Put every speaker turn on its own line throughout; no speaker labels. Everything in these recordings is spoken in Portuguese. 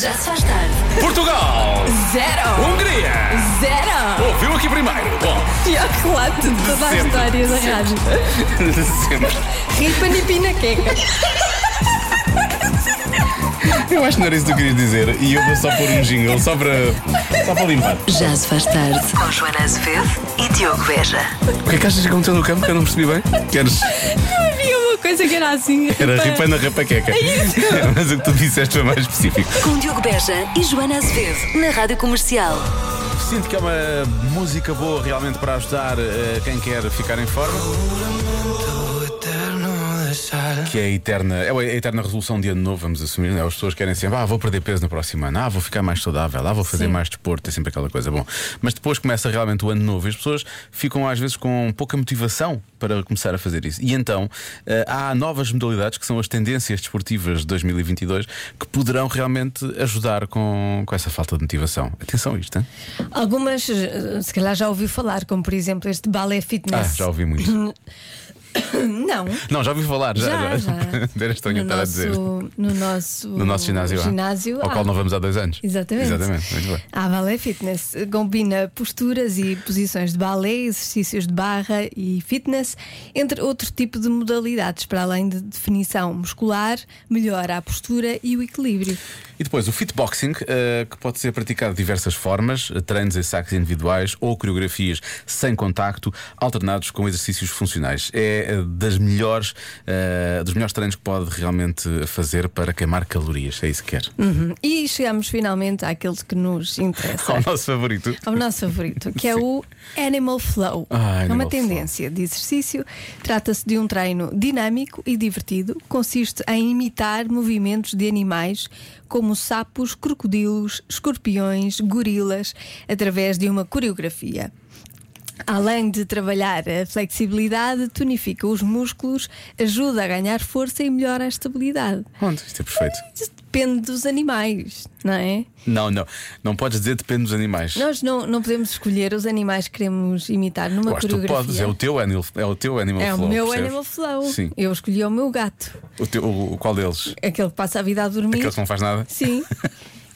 Já se faz tarde.
Portugal!
Zero!
Hungria!
Zero!
Ouviu aqui primeiro! Bom,
Pior relato de toda a
Sempre,
história da rádio.
sempre.
Ripa Nipina Queca.
Eu acho que não era isso que eu queria dizer e eu vou só pôr um jingle só para, só para limpar.
Já se faz tarde.
Com Joana Azevedo e Diogo Veja.
O que é que achas que aconteceu no campo que eu não percebi bem? Queres?
Não havia uma coisa que era assim.
Era ripa na rapaqueca. Mas o que tu disseste foi mais específico.
Com Diogo Beja e Joana Azevedo na Rádio Comercial.
Sinto que é uma música boa realmente para ajudar eh, quem quer ficar em forma. Que é a eterna, é a eterna resolução de ano novo, vamos assumir. Não é? As pessoas querem sempre, ah, vou perder peso no próximo ano, ah, vou ficar mais saudável, ah, vou fazer
Sim.
mais desporto, é sempre aquela coisa. Bom, mas depois começa realmente o ano novo e as pessoas ficam às vezes com pouca motivação para começar a fazer isso. E então eh, há novas modalidades que são as tendências desportivas de 2022 que poderão realmente ajudar com, com essa falta de motivação. Atenção a isto, hein?
Algumas, eh, se calhar já ouviu falar, como por exemplo este balé
Ah,
fitness.
já ouvi muito.
Não.
Não, já ouvi falar, já.
Já, já.
Era estranho
no,
estar a dizer.
nosso, no nosso.
No nosso ginásio, há.
ginásio
ao
há.
qual não vamos há dois anos.
Exatamente.
Exatamente, muito bem.
A balé fitness eh, combina posturas e posições de balé, exercícios de barra e fitness, entre outro tipo de modalidades, para além de definição muscular, melhora a postura e o equilíbrio.
E depois o fitboxing, eh, que pode ser praticado de diversas formas, eh, treinos em sacos individuais ou coreografias sem contacto, alternados com exercícios funcionais. É eh, das melhores, eh, dos melhores treinos que pode realmente fazer para queimar calorias, é isso que quer.
Uhum. E chegamos finalmente àquele que nos interessa.
Qual o nosso favorito?
ao nosso favorito, que é
Sim.
o Animal Flow.
Ah,
é uma
Animal
tendência de exercício. Trata-se de um treino dinâmico e divertido. Consiste em imitar movimentos de animais como sapos, crocodilos, escorpiões, gorilas, através de uma coreografia. Além de trabalhar a flexibilidade, tonifica os músculos, ajuda a ganhar força e melhora a estabilidade.
Onde? Isto é perfeito.
Isso depende dos animais, não é?
Não, não. Não podes dizer depende dos animais.
Nós não, não podemos escolher os animais que queremos imitar numa
Eu acho que tu
coreografia.
podes, é o teu animal, é o teu animal
É o
flow.
meu
percebes?
animal flow.
Sim.
Eu escolhi o meu gato,
O, teu, o, o qual deles?
aquele que passa a vida a dormir.
Aquele que não faz nada?
Sim.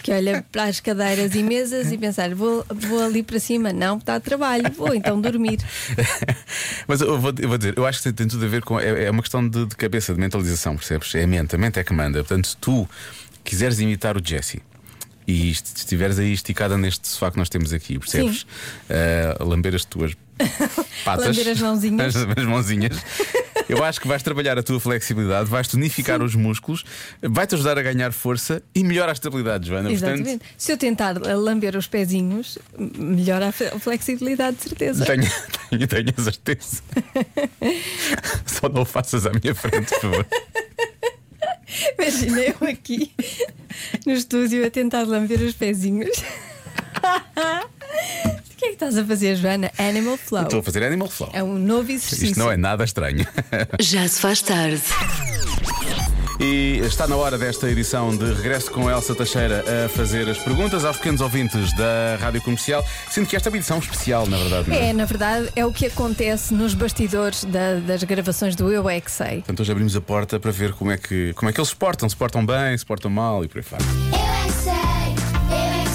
Que olha para as cadeiras e mesas e pensar, vou, vou ali para cima, não, está a trabalho, vou então dormir.
Mas eu vou, eu vou dizer, eu acho que tem tudo a ver com. É, é uma questão de, de cabeça, de mentalização, percebes? É a mente, a mente é que manda. Portanto, se tu quiseres imitar o Jesse. E est- se estiveres aí esticada neste sofá que nós temos aqui, percebes? Uh, lamber as tuas patas,
Lamber as mãozinhas.
as, as mãozinhas. Eu acho que vais trabalhar a tua flexibilidade, vais tonificar os músculos, vai-te ajudar a ganhar força e melhora a estabilidade, Joana.
Exatamente.
Portanto,
Se eu tentar lamber os pezinhos, m- melhora a fe- flexibilidade, de certeza.
Tenho, tenho, tenho a certeza. Só não o faças à minha frente, por favor.
Imagina eu aqui no estúdio a tentar lamber os pezinhos. o que é que estás a fazer, Joana? Animal Flow.
Estou a fazer Animal Flow.
É um novo exercício.
Isto não é nada estranho.
Já se faz tarde.
E está na hora desta edição de Regresso com Elsa Teixeira a fazer as perguntas aos pequenos ouvintes da Rádio Comercial. Sinto que esta é uma edição especial, na verdade, não é?
É, na verdade, é o que acontece nos bastidores da- das gravações do Eu É Que Sei.
Portanto, hoje abrimos a porta para ver como é que, como é que eles se portam. Se portam bem, se portam mal e por aí fora.
Eu é que sei, eu é que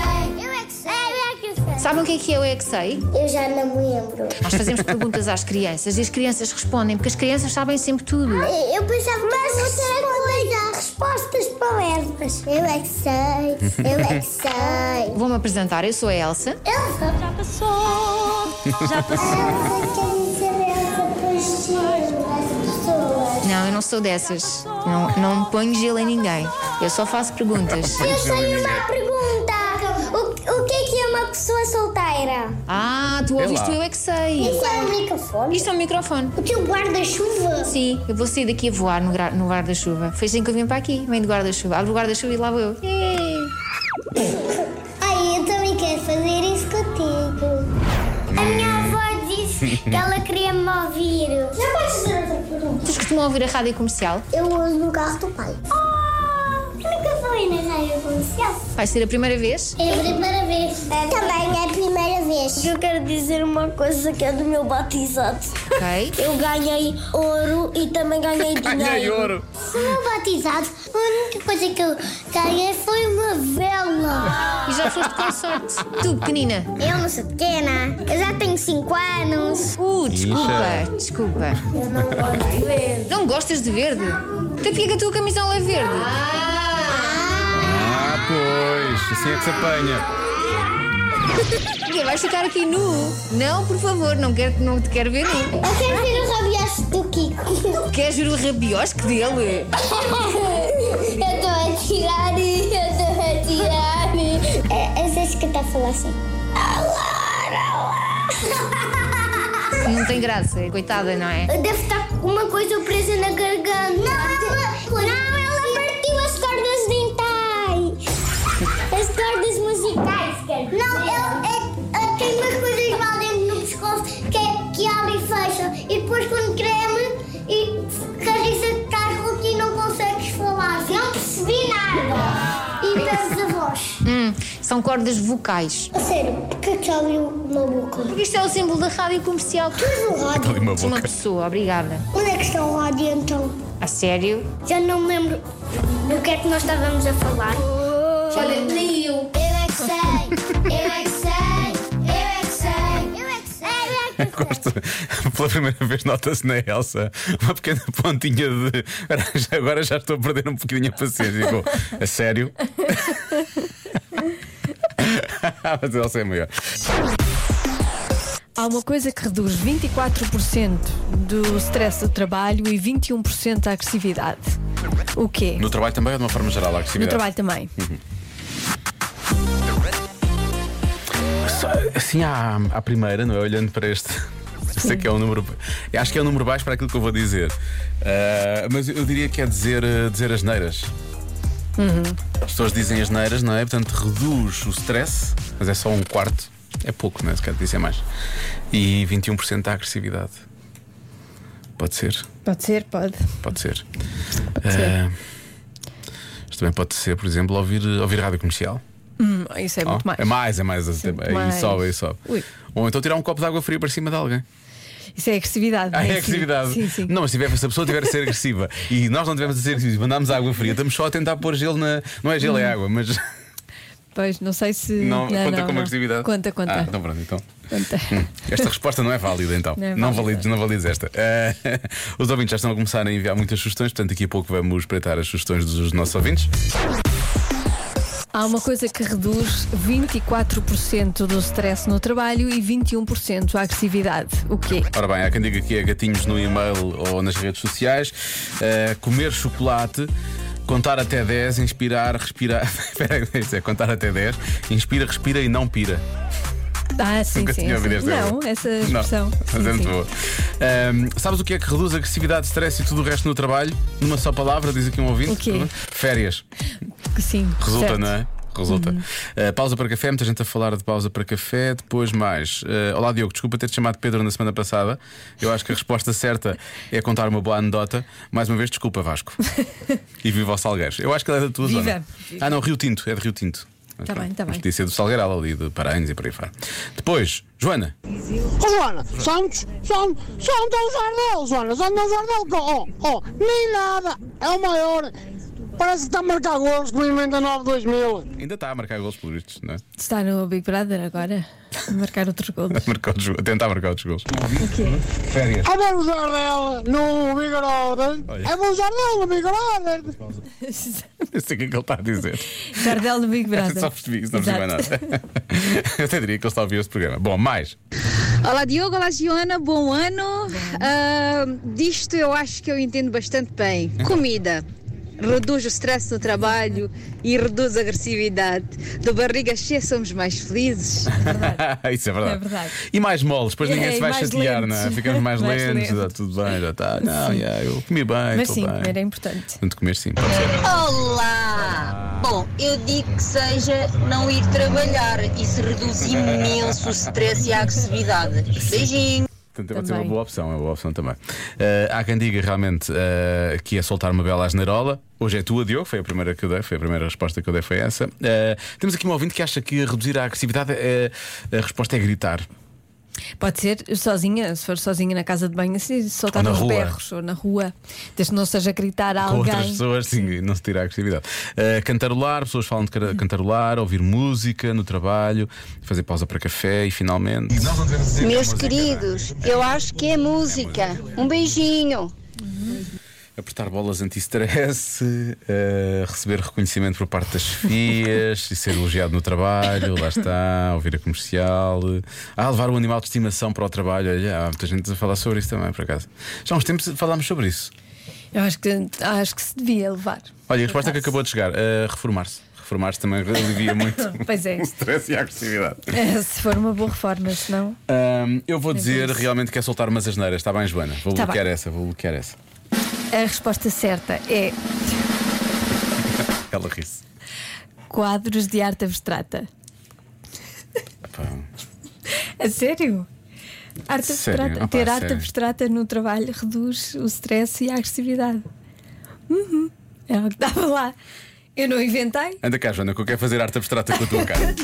sei, eu é que sei, eu é que sei, eu é que sei.
Sabem o que é que é o Exei?
Eu já não me lembro.
Nós fazemos perguntas às crianças e as crianças respondem, porque as crianças sabem sempre tudo.
Eu pensava Mas que você era respostas palermas. Eu é que sei, eu é que sei.
Vou-me apresentar, eu sou a Elsa.
Elsa já passou, já passou.
Não, eu não sou dessas. Não, não ponho gelo em ninguém. Eu só faço perguntas.
Eu tenho uma pergunta. O, o que é que é uma pessoa solteira?
Ah, tu
É
ouviste
lá.
o Eu é que sei.
Isso é um microfone?
Isto é um microfone.
O teu guarda-chuva?
Sim, eu vou sair daqui a voar no, gra- no guarda-chuva. Foi assim que eu vim para aqui. Vem do guarda-chuva. Abro o guarda-chuva e lá vou eu.
Ai, eu também quero fazer isso contigo. A minha avó disse que ela queria me ouvir. Já podes fazer outra pergunta?
Vocês costumam ouvir a rádio comercial?
Eu uso no carro do pai.
é
Oh, nunca foi na rádio comercial.
Vai ser a primeira vez?
É a primeira vez. Também é a primeira vez.
Eu quero dizer uma coisa que é do meu batizado.
Ok.
Eu ganhei ouro e também ganhei dinheiro.
Ganhei ouro!
Se não batizado, A única coisa que eu ganhei foi uma vela.
E já foste com sorte. Tu, pequenina.
Eu não sou pequena, né? eu já tenho 5 anos.
Uh, desculpa, desculpa.
Eu não gosto de ver.
Não gostas de verde? Então porquê que a tua camisola é verde?
Ah, pois, assim é que se apanha.
Porquê? Vais ficar aqui nu? Não, por favor, não, quero, não te quero ver nu.
Eu quero ver os rabiaços do Kiko.
Queres ver o rabiosque dele?
eu tô a tirar, eu tô a tirar. É, eu sei se que tá falando assim.
Não tem graça, coitada, não é?
Deve estar com uma coisa presa na garganta. Não, ela, não, ela partiu as cordas dentais. As cordas musicais, quer dizer. Não, ela tem uma coisa igual dentro no pescoço que, é- que abre e fecha. E depois quando creme e carriça de carro aqui não consegues falar. Não percebi nada. E perdes a voz.
Hum, são cordas vocais.
A sério, porque que abriu uma boca?
Porque isto é o símbolo da rádio comercial.
Mas o rádio.
Ali uma
Sou uma
boca.
pessoa, obrigada.
Onde é que está o rádio então?
A sério?
Já não me lembro do que é que nós estávamos a falar. Oh. Olha, nem eu. Eu é que sei, eu é que sei, eu é que sei, eu é que sei, eu é que
Gosto. Pela primeira vez nota-se na Elsa uma pequena pontinha de. Agora já estou a perder um bocadinho a paciência. Digo, a sério? Mas a Elsa é maior.
Há uma coisa que reduz 24% do stress do trabalho e 21% da agressividade. O quê?
No trabalho também, ou de uma forma geral, a
No
agressividade?
trabalho também.
Só- Assim à, à primeira, não é? Olhando para este. Sei que é um número. eu Acho que é um número baixo para aquilo que eu vou dizer. Ah, mas eu diria que é dizer, eh, dizer as neiras. As pessoas dizem as neiras, não é? Portanto, reduz o stress, mas é só um quarto. É pouco, não é? Se calhar disse é mais. E 21% da agressividade. Pode ser,
Pode ser, pode.
pode ser.
ser.
Ah, isto também pode ser, por exemplo, ouvir, ouvir rádio comercial.
Hum, isso é muito
Oh,
mais.
É mais, é mais. até-
muito
aí
mais.
sobe, aí sobe.
Ui.
Ou então tirar um copo de água fria para cima de alguém.
Isso é agressividade.
Ah,
não
é
Sim,
agressividade.
Sim, sim.
Não, mas se, tiver, se a pessoa tiver a ser agressiva e nós não tivermos a ser agressivos, mandámos água fria, estamos só a tentar pôr gelo na. Não é gelo, é água, mas.
Pois, não sei se.
Não, conta
não,
como
não.
agressividade.
Conta, conta.
Ah, então pronto, então.
Conta.
Esta resposta não é válida, então.
Não é
Não,
válida.
valides, não valides esta. Eh, os ouvintes já estão a começar a enviar muitas sugestões, portanto, daqui a pouco vamos espreitar as sugestões dos nossos ouvintes.
Há uma coisa que reduz 24% do stress no trabalho e 21% da agressividade. O quê?
Ora bem, há quem diga que é gatinhos no e-mail ou nas redes sociais, eh, comer chocolate, contar até 10, inspirar, respirar. Espera aí, isso é contar até 10, inspira, respira e não pira.
Ah, sim,
Nunca
sim.
tinha ouvido
sim.
esta.
Não, essa expressão.
Não, mas
Sim,
é muito
sim.
boa. Ahm, sabes o que é que reduz agressividade, stress e tudo o resto no trabalho? Numa só palavra, diz aqui um ouvinte.
O quê?
Férias.
Que Sim.
Resulta,
certo. Uhum.
não é? Resulta. Uh, pausa para café, muita gente a falar de pausa para café. Depois mais. Uh, olá, Diogo, desculpa ter-te chamado Pedro na semana passada. Eu acho que a resposta certa é contar uma boa anedota. Mais uma vez, desculpa, Vasco. e viva os Salgueiros. Eu acho que ela é da tua
Viva.
zona. Ah, não, Rio Tinto, é de Rio Tinto. Mas
Tá
pronto,
bem, tá
mas
bem.
Podia ser do Salgueiral ali, de Paranhos e por aí fora. Depois, Joana.
Ô, Joana, Santos, são, são tão Jardel, Joana, são tão Jardel, que, oh, oh, nem nada, é o maior, parece que tá está a marcar gols com o 99 2000.
Ainda está a marcar gols por isto, não é?
Está no Big Brother agora? A marcar outros gols.
Marcou outros golos, a tentar marcar outros gols. Férias.
É bom o Jardel no Big Brother,
Olha.
é bom o Jardel no Big Brother.
Não sei o que é que ele está a dizer.
Jardel no Big Brother.
Só percebi isso, não percebi mais
Ah, Exato.
nada. Então Eu até diria que ele está a ouvir este programa. Bom, mais.
Olá Diogo, olá Giona, bom ano. Ah, disto eu acho que eu entendo bastante bem. Comida. Reduz o stress no trabalho e reduz a agressividade. Do barriga cheia somos mais felizes.
isso é verdade.
É verdade.
E mais moles, depois
E-
ninguém se
e
vai
mais
chatear,
lentos.
não é? Ficamos mais,
Mais
lentos,
lentos.
está tudo bem, já está. Não, yeah, eu comi bem,
Mas
estou
sim,
bem.
era importante.
Portanto, comer sim, pode ser.
Olá! Bom, eu digo que seja não ir trabalhar. Isso reduz imenso o stress e a agressividade. Beijinho!
Portanto, pode ser uma
Também.
boa opção, é uma boa opção também. Eh, há quem diga realmente eh, que é soltar uma bela asnerola. Hoje é tua, Diogo, foi a primeira que eu dei, foi a primeira resposta que eu dei, foi essa. Eh, temos aqui um ouvinte que acha que reduzir a agressividade, eh, a resposta é gritar.
Pode ser sozinha, se for sozinha na casa de banho, assim, soltar
Ou na
uns
rua.
berros ou na rua, desde que não seja gritar a
Com outras
alguém.
pessoas, sim, não se tira a agressividade. Eh, cantarolar, pessoas falam de
Hum.
cara- cantarolar, ouvir música no trabalho, fazer pausa para café e finalmente.
Meus queridos, eu acho que é música. Um beijinho.
Apertar bolas anti-stress, eh, receber reconhecimento por parte das FIAs e ser elogiado no trabalho, lá está, ouvir a comercial. Ah, levar um animal de estimação para o trabalho. Olha, há muita gente a falar sobre isso também, por acaso. Já há uns tempos falámos sobre isso.
Eu acho que, acho que se devia levar.
Olha, a resposta que acabou de chegar: eh, reformar-se. Reformar-se também alivia muito
Pois é.
o stress e a agressividade.
Eh, se for uma boa reforma, se não.
Ahm, eu vou
Mas
dizer
é isso.
realmente que é soltar umas asneiras, está bem, Joana? Vou
Está
bloquear
bem.
essa, vou bloquear essa.
A resposta certa é
Ela ri-se.
quadros de arte abstrata.
Epá,
A sério? Arte
Sério?
abstrata.
Opa,
Ter
a
arte
sério.
abstrata no trabalho reduz o stress e a agressividade. Uhum. Era o que estava lá. Eu não inventei.
Anda cá, Joana, que eu quero fazer arte abstrata com a tua cara.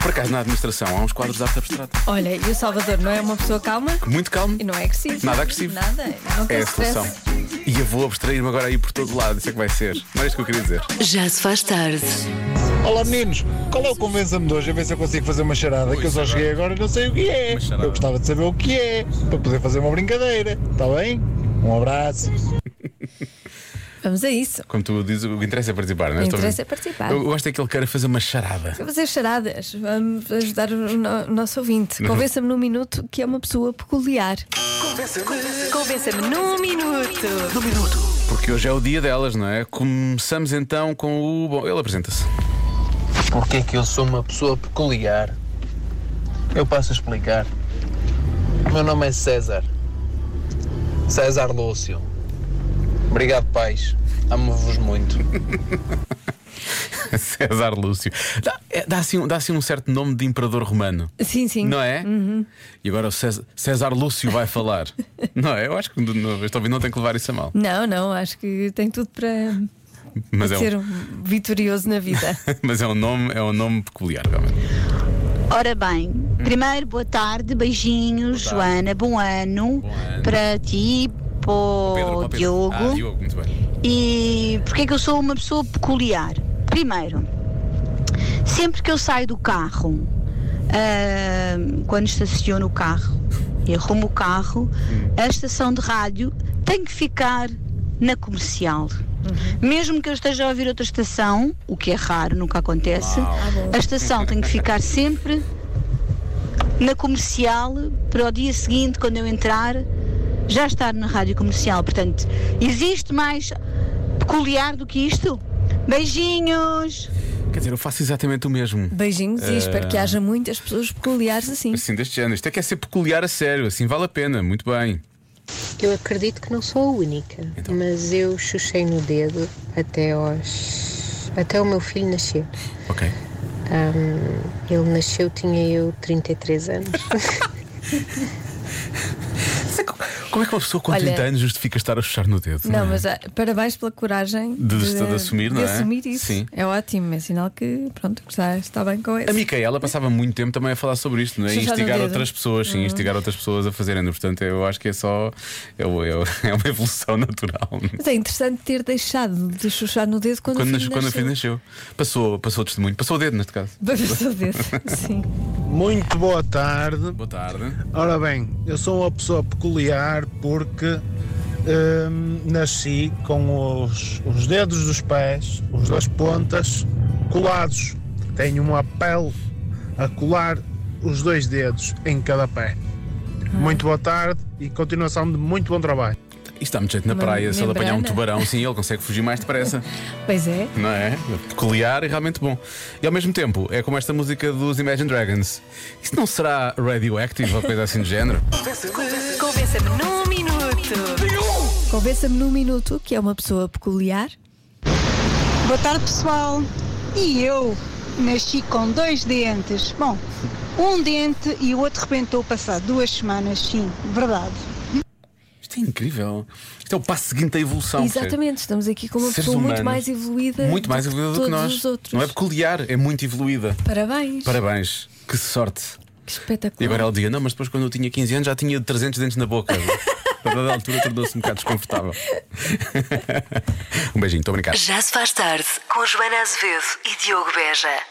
Por acaso, na administração há uns quadros de arte abstrata.
Olha, e o Salvador não é uma pessoa calma?
Muito calmo.
E não é agressivo.
Nada agressivo.
Nada. Não
É
tem
a solução.
stress.
E eu vou abstrair-me agora aí por todo lado, isso é que vai ser. Não é isto que eu queria dizer.
Já se faz tarde.
Olá meninos, qual é o convença-me de hoje? A ver se eu consigo fazer uma charada, que eu só cheguei agora e não sei o que é. Eu gostava de saber o que é, para poder fazer uma brincadeira. Está bem? Um abraço.
Vamos a isso.
Como tu dizes, o que interessa é participar, não é?
O interessa
Estou-
é participar.
Eu gosto é que ele queira fazer uma charada.
Vamos fazer charadas. Vamos ajudar o no- nosso
Uhum.
ouvinte. Convença-me num minuto que é uma pessoa peculiar. Convença-me. Convença-me num minuto. Num minuto.
Porque hoje é o dia delas, não é? Começamos então com o. Bom, ele apresenta-se.
Porquê é que eu sou uma pessoa peculiar? Eu passo a explicar. O meu nome é César. César Lúcio. Obrigado, pais. Amo-vos muito.
César Lúcio. Dá, é, dá assim, um- dá assim um certo nome de imperador romano.
Sim, sim.
Não é?
Uhum.
E agora o César, César Lúcio vai falar. não é? Eu acho que não, este ouvido não tem que levar isso a mal.
Não, não, acho que tem tudo para,
Mas
para
é,
ser
um,
um vitorioso na vida.
mas é um nome, é um nome peculiar, realmente.
Ora bem, primeiro boa tarde, beijinhos, Joana, bom ano, para ti, para o
Pedro.
Oh, Diogo.
Ah, Diogo, muito bem.
E porque é que eu sou uma pessoa peculiar? Primeiro, sempre que eu saio do carro, ahm, quando estaciono o carro e arrumo o carro, a estação de rádio tem que ficar na comercial. Mesmo que eu esteja a ouvir outra estação, o que é raro, nunca acontece, a estação tem que ficar sempre na comercial para o dia seguinte, quando eu entrar, já estar na rádio comercial. Portanto, existe mais peculiar do que isto? Beijinhos!
Quer dizer, eu faço exatamente o mesmo.
Beijinhos e
Eh,
espero que haja muitas pessoas peculiares assim.
Assim, deste género. Isto é que é ser peculiar a sério, assim vale a pena, muito bem.
Eu acredito que não sou a única, mas eu chuchei no dedo até aos. até o meu filho nascer.
Ok.
Ahm, ele nasceu, tinha eu 33 anos.
Como é que uma pessoa com
Olha-
30 anos justifica estar a chuchar no dedo?
Não,
é?
mas ah, parabéns pela coragem
De- de assumir,
de
não é?
assumir isso.
Sim.
É ótimo, é sinal que pronto, que está, está bem com isso.
A Micaela passava muito tempo também a falar sobre isto, não é? E
Chuchar no
Instigar
dedo.
outras pessoas, sim,
Uhum.
instigar outras pessoas a fazerem. Portanto, eu acho que é só. É, o- é o- é uma evolução natural.
Mas é interessante ter deixado de chuchar no dedo quando,
Quando,
o
nas-
filho
quando a
nasceu.
filha nasceu, passou, passou o testemunho, passou o dedo, neste caso.
Passou o dedo, sim.
Muito boa tarde.
Boa tarde.
Ora bem, eu sou uma pessoa peculiar porque hum, nasci com os, os dedos dos pés, os das pontas, colados. Tenho uma pele a colar os dois dedos em cada pé. Muito boa tarde e continuação de muito bom trabalho.
Isto dá muito jeito na
Uma
praia, se ele apanhar um
membrana.
tubarão, sim, ele consegue fugir mais depressa.
Pois é.
Não é? Peculiar e realmente bom. E ao mesmo tempo, é como esta música dos Imagine Dragons. Isto não será radioactive ou coisa assim do género?
Convença-me num minuto. Convença-me num minuto que é uma pessoa peculiar.
Boa tarde, pessoal. E eu nasci com dois dentes. Bom, um dente e o outro rebentou passado duas semanas, sim, verdade.
Isto é incrível. Isto é o passo seguinte à evolução.
Exatamente, estamos aqui com uma
Seres
pessoa muito
humanos.
mais evoluída.
Muito mais evoluída do que
todos
nós.
Os outros.
Não é peculiar, é muito evoluída.
Parabéns.
Parabéns. Que sorte.
Que
E
espetacular.
agora ela diga: Não, mas depois quando eu tinha 15 anos já tinha 300 dentes na boca. A dada altura tornou-se um bocado desconfortável. um beijinho, estou a brincar.
Já se faz tarde com Joana Azevedo e Diogo Beja.